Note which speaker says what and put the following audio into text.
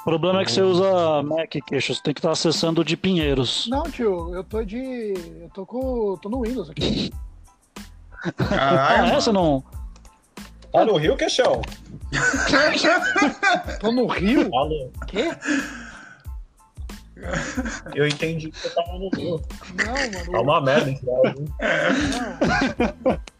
Speaker 1: O problema é que você usa Mac, queixo. Você tem que estar acessando de Pinheiros.
Speaker 2: Não, tio, eu tô de. Eu tô com. tô no Windows aqui.
Speaker 1: Ah, é?
Speaker 3: Caralho.
Speaker 1: Você não.
Speaker 4: Tá no Rio, Queixão?
Speaker 2: Tô no Rio?
Speaker 4: Alô.
Speaker 2: Quê?
Speaker 4: Eu entendi que você tava no Rio.
Speaker 2: Não, mano.
Speaker 4: Tá uma merda. esse áudio.
Speaker 2: Não.